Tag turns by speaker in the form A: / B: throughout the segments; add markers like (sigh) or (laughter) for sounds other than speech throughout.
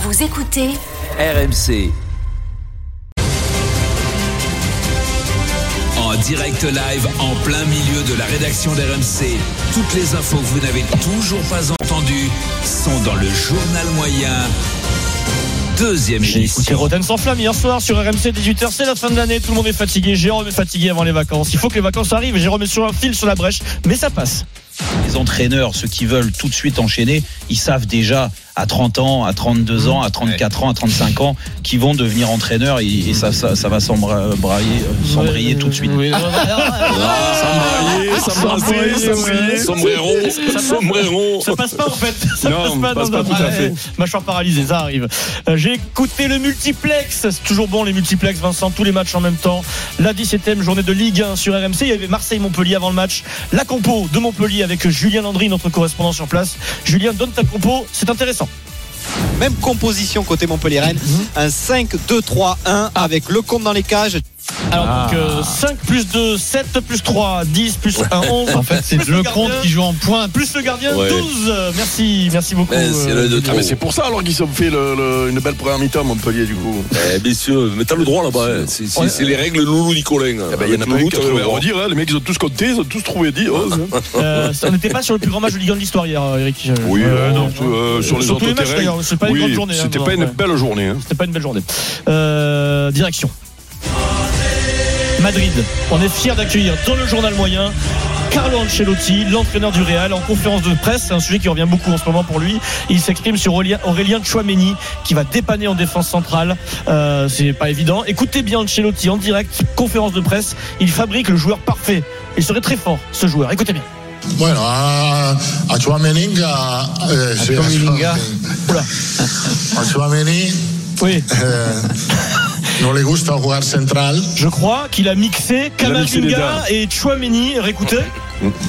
A: Vous écoutez
B: RMC. En direct live, en plein milieu de la rédaction d'RMC, toutes les infos que vous n'avez toujours pas entendues sont dans le journal moyen. Deuxième
C: J'ai écouté
B: édition.
C: Roten sans flamme hier soir sur RMC 18h, c'est la fin de l'année, tout le monde est fatigué, Jérôme est fatigué avant les vacances. Il faut que les vacances arrivent, Jérôme est sur un fil sur la brèche, mais ça passe.
D: les entraîneurs, ceux qui veulent tout de suite enchaîner, ils savent déjà à 30 ans, à 32 ans, à 34 ans, à 35 ans, qu'ils vont devenir entraîneurs et, et ça, ça, ça va s'embra- brailler, euh, s'embrayer tout de suite.
C: Ah, ah,
E: Sombrero, sombrero.
C: Ça passe pas en fait, ça
E: Non,
C: passe pas,
E: passe
C: non,
E: pas
C: non,
E: tout à
C: ouais.
E: fait.
C: Mâchoire paralysée, ça arrive. Euh, J'ai écouté le multiplex, c'est toujours bon les multiplex, Vincent, tous les matchs en même temps. La 17ème journée de Ligue 1 sur RMC, il y avait Marseille-Montpellier avant le match. La compo de Montpellier avec Julien Landry, notre correspondant sur place. Julien, donne ta compo, c'est intéressant.
F: Même composition côté Montpellier-Rennes. Un 5-2-3-1 avec le compte dans les cages.
C: Alors
G: Ah.
C: donc euh, 5 plus 2, 7 plus 3, 10 plus 1, 11.
G: En fait, c'est
C: Plus
G: le
C: gardien,
G: compte qui joue en pointe.
C: Plus le gardien,
E: Ouais.
C: 12. Euh, Merci, merci beaucoup.
E: Mais c'est
C: euh,
E: le de
C: Julien.
E: trop. Ah, mais c'est pour ça alors qu'ils se sont fait le- le- une belle première mi-temps Montpellier du coup.
C: Ah,
H: Eh bien sûr, mais t'as le droit là-bas. hein. C'est c'est- c'est les règles loulou Nicolin.
E: Eh ben,
C: bah,
E: Il y en a
H: Avec
E: pas eu
H: Loulou,
E: qui
H: t'as le
E: avaient à
H: droit.
E: redire. hein. Les mecs ils ont tous compté, ils ont tous trouvé dit. oh, hein.
C: Euh, on n'était pas sur le plus grand match de Ligue 1 de l'histoire hier, euh, Eric. Euh,
E: Oui,
C: euh,
E: euh, non, euh, sur les
C: Sur tous
E: autres
C: les matchs,
E: terrains.
C: d'ailleurs, c'est pas une bonne
E: Oui,
C: journée, hein,
E: c'était
C: non,
E: pas une
C: ouais.
E: belle journée. hein.
C: C'était pas une belle journée. Euh, direction. Madrid. On est fiers d'accueillir dans le journal moyen Carlo Ancelotti, l'entraîneur du Real, en conférence de presse. C'est un sujet qui revient beaucoup en ce moment pour lui. Il s'exprime sur Aurélien- Aurélien Chouameni, qui va dépanner en défense centrale. Euh, c'est pas évident. Écoutez bien Ancelotti en direct, conférence de presse. Il fabrique le joueur parfait. Il serait très fort, ce joueur. Écoutez bien.
I: Bueno, a, a Chouameni, a, eh, sí, a
C: Oula.
I: Chouameni. A Chouameni,
C: Oui.
I: eh, no le gusta jugar central.
C: Je crois qu'il a mixé
E: Il a mixé les
C: Kamavinga et Chouameni. Récoutez.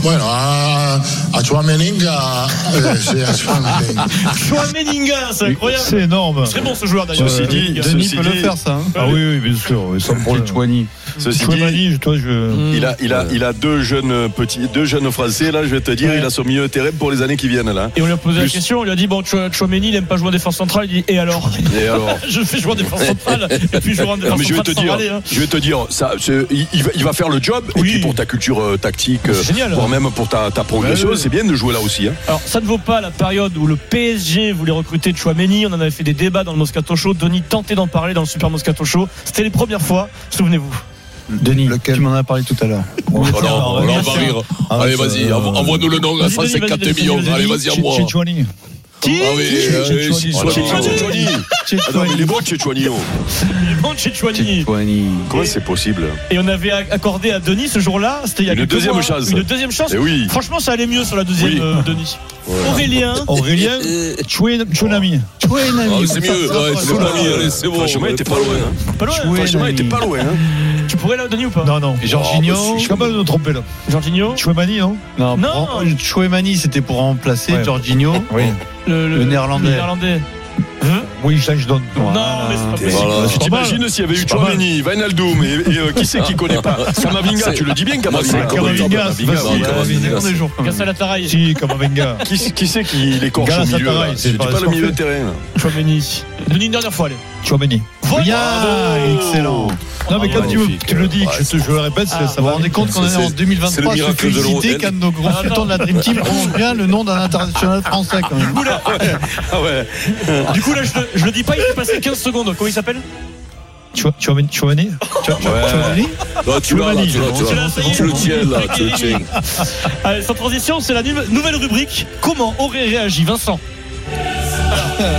I: Bueno, a, a Chouameni, a, eh, sí, a Chouameni.
E: Ah.
C: Chouameninga, c'est incroyable.
G: C'est énorme.
C: Très bon ce joueur d'ailleurs.
E: Ceci dit,
C: Kamavinga.
G: Denis
E: ceci
G: peut le
E: dit-
G: faire ça. hein.
C: Ah
G: oui, bien sûr, sans problème.
C: Mm.
E: Ceci dit,
G: Chouamani, je- toi, je.
E: il a, il, a, il a deux jeunes petits, deux jeunes Français là. Je vais te dire,
C: Ouais.
E: il a son milieu de terrain pour les années qui viennent là.
C: Et on lui a posé la
E: Plus-
C: question, on lui a dit bon Chou- Chouameni il aime pas jouer en défense centrale, il dit et alors
E: Et alors.
C: (laughs) Je fais jouer en défense centrale et puis jouer en
E: Non,
C: défense
E: mais je vais
C: centrale
E: te
C: sans
E: dire,
C: râler, hein.
E: je vais te dire, ça, c'est- il, il va, il va faire le job.
C: Oui.
E: Et puis pour ta culture euh, tactique,
C: C'est génial. hein.
E: voire même pour ta, ta progression,
C: Ouais, ouais.
E: c'est bien de jouer là aussi. hein.
C: Alors ça ne vaut pas la période où le PSG voulait recruter Chouameni, on en avait fait des débats dans le Moscato Show, Denis tentait d'en parler dans le Super Moscato Show, c'était les premières fois, souvenez-vous.
G: Denis, tu m'en as parlé tout à l'heure.
H: Oh non,
C: Alors,
H: oh non,
C: bien
H: on va
C: sûr.
H: rire.
G: Ah,
H: Allez,
G: ça-
H: vas-y, envo- envoie-nous le nom à
C: Vas-y, Denis,
H: 154
C: vas-y,
H: millions.
C: vas-y, vas-y.
H: Allez, vas-y, à
G: Chi-
H: moi.
G: Chichouani.
C: Qui
H: Ah oui,
C: Qui-
H: euh,
C: Qui-
H: oui, si,
E: Oh,
H: soit-
E: Tchouani. Ah non, mais il est bon, Tchétchouani.
C: Bon, chez Chouameni.
E: Comment c'est possible
C: Et on avait accordé à Denis ce jour-là, c'était il y a
E: Une
C: quelques
E: deuxième
C: mois,
E: chance.
C: Une deuxième chance.
E: Eh oui.
C: Franchement, ça allait mieux sur la deuxième,
E: Oui.
C: euh, Denis. Aurélien,
G: Aurélien Chouenami.
H: Ah, C'est mieux. Ouais, C'est
E: Oula.
H: pas mieux. Allez, c'est bon.
E: Franchement, il était
H: Ouais,
E: pas loin. hein.
C: pas loin.
G: Choué-
E: Franchement, il était pas loin. hein.
C: Tu pourrais là, Denis, ou pas
G: Non, non.
H: bah,
G: Jorginho.
H: si.
G: Je suis capable de me tromper là.
C: Jorginho,
G: Chouemani, non Non.
C: Non.
G: Ren- Chouemani, c'était pour remplacer
C: Ouais.
G: Jorginho. Oui.
C: le,
G: le Néerlandais.
C: le Néerlandais. Hein
G: Oui, je donne.
J: hein.
C: Non, mais c'est pas possible.
H: Voilà.
E: Tu t'imagines s'il y avait eu
G: C'est pas mal.
E: Chouameni, Vinaldoum et, et, euh, qui c'est qui connaît pas Kamavinga,
H: C'est-
E: tu le dis bien
H: c'est
E: Kamavinga.
H: Kamavinga,
E: Kamavinga,
H: c'est
E: oui,
H: facile.
E: Kamavinga.
H: Kamavinga.
G: Hum.
C: Gassal Ataraï,
G: Si, Kamavinga.
E: Qui, qui c'est qui l'écorche au
G: Galas
E: milieu là
G: Ataray, c'est
E: C'est
G: pas-
E: pas
G: c'est
E: le
G: pas
E: milieu
G: fait.
E: de terrain.
C: Chouameni. Denis, une dernière fois, allez.
G: Chouameni.
C: Voilà.
G: Bien, excellent. Non, mais
C: Bravo.
G: quand tu, me- tu me le dis, que je, te, je le répète, ça- ça vous rendez compte qu'on Ah, est
H: C'est-
G: en
H: c'est-
G: 2023
H: c'est le
G: se
H: miracle de
G: féliciter
H: l'Eurotel.
G: qu'un de nos grands
C: Ah,
G: futurs de la Dream Team prononce bien le nom d'un international français quand même.
E: Ah ouais.
C: Du coup, là, je, le- je le dis pas, il s'est passé 15 secondes. Comment il s'appelle Ah,
G: Chou- Chouameni Chouameni Chouameni
H: Non, tu l'as là, tu l'as, tu
C: bah, Tu
H: l'as.
C: l'as, ça y est.
H: Tu le tiens là, tu le tiens.
C: Allez, sans transition, c'est la nu- nouvelle rubrique. Comment aurait réagi Vincent Alors,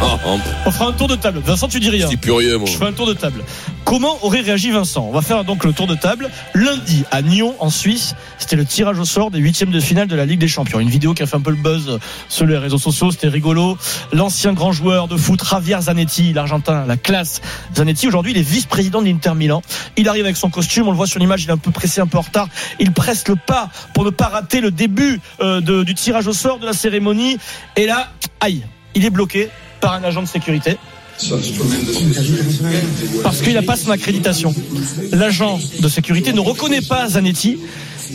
H: Ah, hein,
C: On fera un tour de table. Vincent, tu dis
H: je
C: rien.
H: dis plus rien, moi.
C: Je fais un tour de table. Comment aurait réagi Vincent On va faire donc le tour de table. Lundi, à Nyon, en Suisse, c'était le tirage au sort des huitièmes de finale de la Ligue des Champions. Une vidéo qui a fait un peu le buzz sur les réseaux sociaux, c'était rigolo. L'ancien grand joueur de foot, Javier Zanetti, l'Argentin, la classe Zanetti, aujourd'hui, il est vice-président de l'Inter Milan. Il arrive avec son costume, on le voit sur l'image, il est un peu pressé, un peu en retard. Il presse le pas pour ne pas rater le début euh, de- du tirage au sort de la cérémonie. Et là, aïe, il est bloqué par un agent de sécurité parce qu'il n'a pas son accréditation. L'agent de sécurité ne reconnaît pas Zanetti,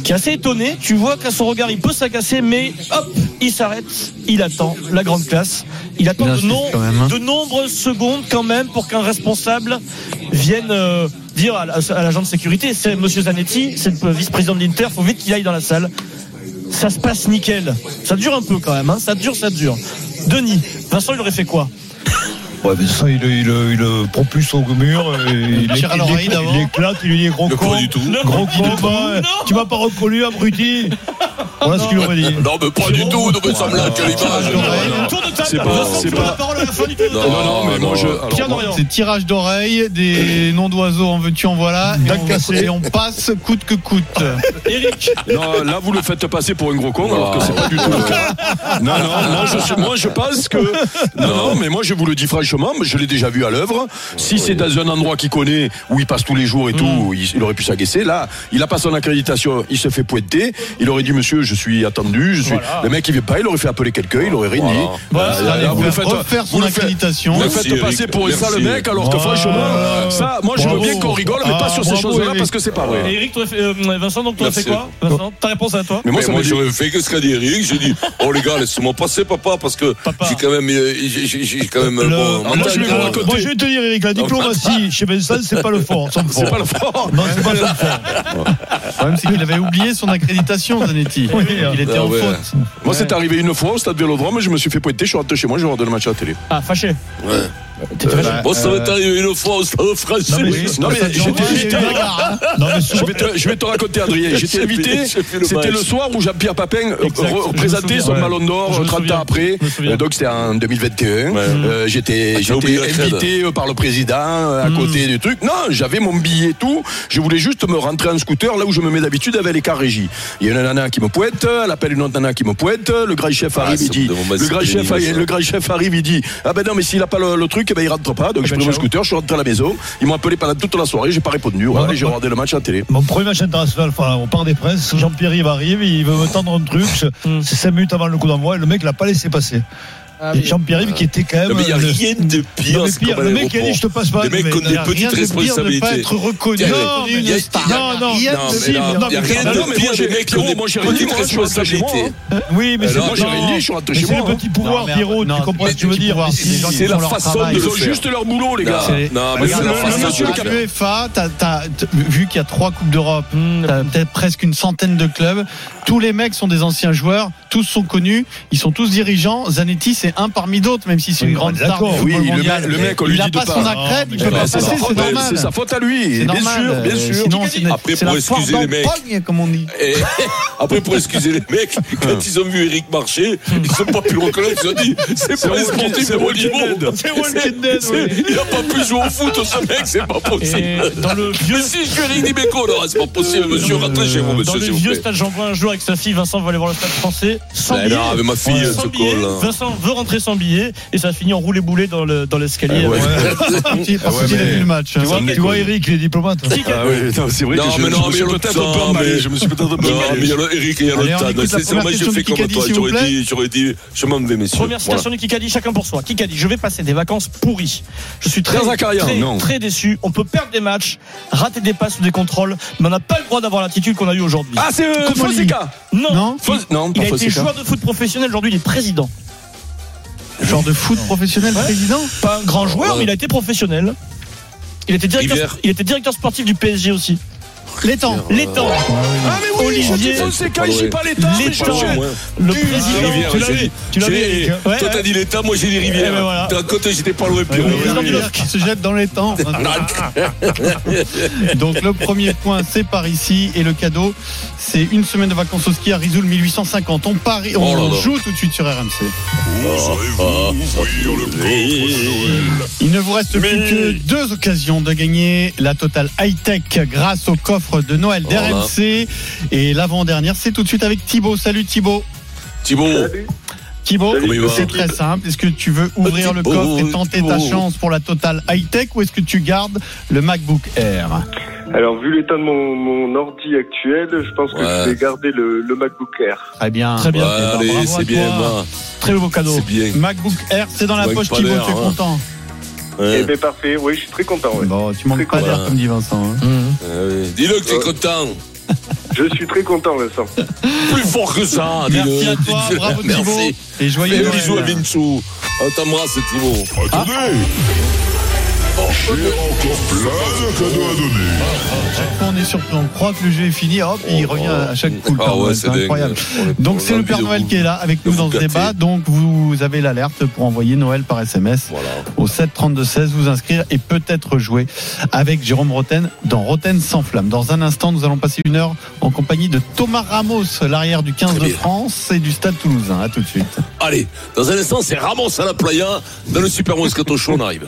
C: qui est assez étonné. Tu vois qu'à son regard, il peut s'agacer, mais hop, il s'arrête, il attend la grande classe. Il attend
G: Il
C: de,
G: insiste
C: nom-
G: quand même, hein.
C: de nombreuses secondes quand même pour qu'un responsable vienne euh, dire à, à l'agent de sécurité, c'est Monsieur Zanetti, c'est le vice-président de l'Inter, faut vite qu'il aille dans la salle. Ça se passe nickel. Ça dure un peu quand même, hein. ça dure, ça dure. Denis, Vincent, il aurait fait quoi
J: Ouais, mais ça, il, il, il, le propulse au mur, et il,
G: tire à
J: il-
G: l'oreille
J: il-
G: d'avant.
J: il éclate, il lui dit gros
H: Le
J: con,
H: pas du tout.
J: gros
C: Il le
J: con,
C: prend.
J: bah,
C: Non.
J: tu m'as pas reconnu, abruti. Voilà ce qu'il aurait dit.
H: Non, mais pas du tout, non, mais ça me l'a quelle image.
C: Tour de table.
E: C'est pas-
C: Vincent,
E: c'est
C: tour de
E: pas-
C: parole à la fin du tour de
H: Non,
C: table.
E: Non, non, mais moi,
H: non.
E: je. alors,
C: Pierre Dorian.
G: C'est tirage d'oreille,
E: (coughs)
G: des noms d'oiseaux en veux-tu, en voilà. Et
J: D'un
G: on,
J: cassé.
G: et on passe coûte que coûte.
E: Ah,
C: Eric.
E: Non, là, vous le faites passer pour un gros con,
H: Non.
E: alors que c'est pas du tout le cas. Non, non, moi je, moi, je pense que. Non, non, mais moi, je vous le dis franchement, mais je l'ai déjà vu à l'œuvre. Si c'est dans un endroit qu'il connaît, où il passe tous les jours et
G: Mm.
E: tout, il, il aurait pu s'agacer. Là, il a pas son accréditation, il se fait pointer. Il aurait dit, monsieur, je suis attendu, je suis. Le mec, il vient pas, il aurait fait appeler quelqu'un, il aurait rien dit.
G: Voilà,
E: Là,
G: c'est
E: là,
G: aller
E: là, vous le
G: faire
E: faites-
G: refaire
E: vous
G: son
E: le faites-
G: accréditation.
E: Vous le
H: Merci,
E: faites passer
H: Eric.
E: pour un sale
H: Merci,
E: mec, alors que
G: Eric.
E: franchement,
G: Ouais.
E: ça, moi, je veux
G: Bravo.
E: bien qu'on rigole, mais pas
G: Ah,
E: sur ces
G: bravo,
E: choses-là,
G: Eric.
E: parce que c'est pas vrai.
C: Et Eric, t'aurais fait- euh, Vincent, donc t'aurais fait
H: Merci.
C: quoi Vincent, ta réponse à toi
E: Mais moi,
H: Mais
E: ça
H: moi,
E: me dit-
H: j'aurais fait que ce qu'a dit Eric. J'ai dit, oh les gars, laissez-moi passer, papa, parce que
C: Papa.
H: j'ai quand même, euh, j'ai- j'ai j'ai quand même, euh, bon,
G: Le- Ah, moi, je
H: mental,
G: vais-
H: quand même.
G: moi, je vais te dire, Eric, la diplomatie chez Benson, c'est pas le fort. son fort.
E: C'est pas le fort.
G: Non, c'est pas le fort. Le problème, c'est qu'il avait oublié son accréditation, Zanetti.
E: hein.
G: Il était
H: Ah
G: en
H: ouais.
G: faute.
E: Moi, c'est arrivé une fois au stade Vélodrome, je me suis fait pointer, je suis rentré chez moi, je regardé le match à la télé.
C: Ah, fâché.
H: Moi, ça m'est arrivé une fois au stade français.
E: Non,
G: Jean-Jean,
E: mais j'étais-
G: il y a eu
E: j'étais-
G: la gare, hein. Non, mais
E: Je vais, te, je vais te raconter, Adrien. J'étais
H: J'ai fait-
E: invité.
H: j'ai fait le
E: C'était
H: match.
E: le soir où Jean-Pierre Papin euh,
C: Exact, je me
E: re- présentait
C: souviens,
E: son
C: ouais.
E: ballon
C: Je
E: d'or
C: me
E: 30
C: souviens,
E: ans après.
C: je me souviens.
E: Euh, Donc c'était en 2021.
H: Ouais.
E: Euh,
H: Ah,
E: J'étais
H: tu
E: j'étais
H: as oublié la crède.
E: invité euh, par le président euh, à côté du truc. Non, j'avais mon billet et tout. Je voulais juste me rentrer en scooter là où je me mets d'habitude avec les cars régie. Il y a une nana qui me pointe, elle appelle une autre nana qui me pointe. Le grand chef arrive,
H: ça
E: il dit.
H: me demande,
E: Le
H: c'est
E: grand chef,
H: pénible, ça.
E: le grand chef arrive, il dit. Ah ben non, mais s'il a pas le, le truc, eh ben il rentre pas. Donc j'ai
C: ben,
E: pris mon
C: ciao.
E: scooter, je suis rentré à la maison. Ils m'ont appelé pendant toute la soirée, j'ai pas répondu. Voilà,
J: Ouais.
E: et j'ai regardé le match à la télé.
J: Mon premier match international, enfin, on part des presses, Jean-Pierre Yves arrive, il veut me tendre un truc,
G: Hmm.
C: Mm.
J: c'est 5 minutes avant le coup d'envoi, et le mec l'a pas laissé passer. Et Jean-Pierre Yves qui était quand même.
H: Non, mais il n'y a
J: le-
H: rien de pire.
J: Non, mais
H: c'est comme à
J: le mec il a dit
H: l'aéroport.
J: je te passe pas.
H: Les mecs
J: Mais
H: ont des
J: il y a
H: petites
J: rien de pire de pas
H: responsabilités.
J: être reconnu.
H: Tiens,
J: Non,
H: il y a-
J: mais
H: il y a-
J: non, non,
H: Non, mais là,
J: non,
H: il n'y a
J: mais-
H: rien
J: non,
E: non,
H: de
E: mais
H: pire.
E: moi, j'ai-
H: Les mecs qui ont
E: Pierrot,
H: des
E: moi, j'ai
H: petites
E: réduit mon
H: responsabilités.
E: responsabilité.
J: Oui, mais
H: Alors,
J: c'est non,
H: moi,
E: Moi, j'ai
H: j'aurais
J: non,
E: rien dit, je suis rentré
J: mais
E: chez
J: c'est le
G: hein.
E: moi.
J: petit pouvoir,
G: Non, mais-
J: Pierrot,
G: non,
J: tu comprends
G: mais
J: ce que je veux
G: tu
J: dire.
G: peux voir si les gens
H: C'est la façon de
E: Ils
H: le
E: ont
H: faire.
E: juste leur boulot, les gars.
G: C'est-
H: Non, mais c'est
G: Regarde, le,
H: la
G: le,
H: façon de le
G: monsieur,
H: faire.
G: la UEFA, t'as- t'as- t- vu qu'il y a trois coupes d'Europe,
J: Hmm,
G: t'as peut-être presque une centaine de clubs. Tous les mecs sont des anciens joueurs, tous sont connus, ils sont tous dirigeants. Zanetti, c'est un parmi d'autres, même si c'est une
J: Oui,
G: grande
J: on est
G: star. du
J: d'accord.
E: Oui,
G: football
E: le
G: mondial.
E: mec- le mec, on lui
G: il a
E: dit de
G: pas
E: pas.
G: son accrède, il peut
H: mais
G: pas
H: non, c'est
G: passer,
H: sa
G: c'est
H: faute,
E: C'est
G: normal.
E: sa faute à lui,
G: C'est
E: bien
G: normal.
E: sûr, bien
G: Euh,
E: sûr.
G: Sinon, c'est une-
H: Après,
G: c'est
H: pour
G: la foire
H: excuser les mecs.
G: d'empoigne, comme on dit.
H: Et Eh, après, pour excuser les mecs, quand ils ont vu Eric marcher, ils n'ont pas pu le reconnaître. Ils ont dit c'est pas les
E: Walking-
H: sportifs
E: c'est
H: de haut
E: Walking
H: niveau.
E: Dead.
H: C'est- c'est- Il n'a pas pu jouer au foot, ce mec, c'est pas
C: Et
H: possible.
C: dans le vieux.
H: Mais si je suis Eric Dimeco, non, c'est pas possible, monsieur.
C: Euh,
H: Rentrez chez vous,
C: Dans
H: monsieur,
C: le
H: s'il vous
C: vieux
H: plaît.
C: stade jean un jour avec sa fille, Vincent va aller voir le stade français sans
H: Ben
C: billet.
H: non, mais ma fille,
C: Ouais.
H: elle
C: Sans
H: se
C: billet.
H: colle, hein.
C: Vincent veut rentrer sans billet et ça finit en roulé boulet dans le- dans l'escalier.
H: Ah ouais.
G: Parce qu'il a vu le match. hein.
J: Tu vois, tu vois, Eric, il est diplomate.
E: Ah oui, non, c'est vrai
H: Non,
E: que je,
H: mais non,
E: je me suis
H: mais le
E: peut-être
H: temps,
E: un peu emballé,
H: mais-
E: je me suis peut-être un peu
H: Non, mais il
E: emballé.
H: y a le Eric et il y a
G: Allez, on
H: le
G: écoute
H: Tad.
G: la
H: C'est c'est-
G: première
H: moi, je
G: question
H: fais
G: de
H: comme
G: Kikadi,
H: toi.
G: s'il vous
H: J'aurais
G: plaît.
H: dit, j'aurais dit, je m'en vais, messieurs.
C: Première
H: Voilà.
C: citation de Kikadi, chacun pour soi. Kikadi, je vais passer des vacances pourries. Je suis très,
E: Très acariant,
C: très,
E: non.
C: très déçu. On peut perdre des matchs, rater des passes ou des contrôles, mais on n'a pas le droit d'avoir l'attitude qu'on a eue aujourd'hui.
E: Ah, c'est euh,
C: Comment
E: Fonseca
C: non,
G: Non
E: Fon- Non,
C: il
E: pas
C: a été
E: Fonseca.
C: joueur de foot professionnel, aujourd'hui il est président.
G: Genre de foot professionnel président
C: Pas un grand joueur,
H: Ouais.
C: mais il a été professionnel. Il était,
H: Hiver.
C: directeur, il était directeur sportif du PSG aussi. Les temps.
E: L'étang.
B: Ah, mais oui,
E: Olivier.
B: je dis Fonseca, il dit pas l'État. mais je-
E: L'étang. Le président.
H: rivières,
E: Tu l'as
H: j'ai-
E: vu Tu l'as vu
H: j'ai-
E: Eric Ouais,
H: Toi,
E: ouais.
H: t'as dit l'État, moi j'ai dit
E: Eh ben
H: rivières.
E: voilà.
H: D'un côté, j'étais pas loin, Pierrot.
C: Le président du LOSC se jette dans les
H: (laughs)
C: temps. Donc le premier point, c'est par ici. Et le cadeau, c'est une semaine de vacances au ski à Rizoul 1850. On, parie, on
H: Oh là là.
C: joue tout de suite sur RMC. Il ne vous reste plus que deux occasions de gagner la totale high-tech grâce au coffre de Noël
H: Voilà.
C: d'RMC. Et l'avant-dernière, c'est tout de suite avec Thibaut. Salut Thibaut.
H: Thibaut,
C: Thibaut,
H: Salut, Thibaut.
C: c'est très simple. Est-ce que tu veux ouvrir le
H: Thibaut,
C: coffre et tenter ta
H: Thibaut.
C: chance pour la totale high-tech ou est-ce que tu gardes le MacBook Air
G: Alors, vu l'état de mon, mon ordi actuel, je pense que
H: Ouais.
G: je vais garder le, le MacBook Air.
C: Très bien.
E: Très bien.
H: Ouais,
C: Eh ben, bravo
H: Bah, allez,
C: à
H: c'est bien,
C: toi.
H: moi.
E: Très beau cadeau.
H: c'est bien.
C: MacBook Air, c'est dans la
H: Tu
C: poche,
H: manques pas
C: Thibaut,
H: d'air,
C: tu es
H: hein.
C: content
G: Eh
H: Ouais.
G: bien, parfait. Oui, je suis très content. ouais.
C: Bon, tu manques pas
G: Très
C: d'air,
H: content.
C: comme dit Vincent. hein.
H: Euh, Dis-le que t'es
G: Ouais.
H: content.
G: Je suis très content, Vincent.
H: Plus fort que ça.
C: Merci
H: dis-le.
C: à toi, bravo
H: Merci.
C: Thibaut. Et
H: Fais
C: joyeux
H: un bisou à
C: Noël.
H: Vinchou. On t'embrasse, Thibaut.
C: Chaque fois, on est surpris, on croit que le jeu est fini, hop, il
H: Oh,
C: revient
H: oh.
C: à chaque coup. le Père
H: Ah ouais,
C: Noël,
H: c'est
C: c'est
H: dingue.
C: incroyable.
H: On est- on
C: Donc
H: a
C: c'est le
H: envie
C: Père
H: de
C: Noël
H: vous-
C: qui est là avec
H: de
C: nous
H: vous
C: dans ce
H: gâter.
C: débat. Donc vous avez l'alerte pour envoyer Noël par SMS
H: Voilà.
C: au 7 32 16, vous inscrire et peut-être jouer avec Jérôme Roten dans Roten sans flamme. Dans un instant, nous allons passer une heure en compagnie de Thomas Ramos, l'arrière du 15
H: Très
C: de
H: bien.
C: France et du Stade Toulousain. À tout de suite.
H: Allez, dans un instant, c'est Ramos à la playa. Dans le Super Moscato Show, on arrive.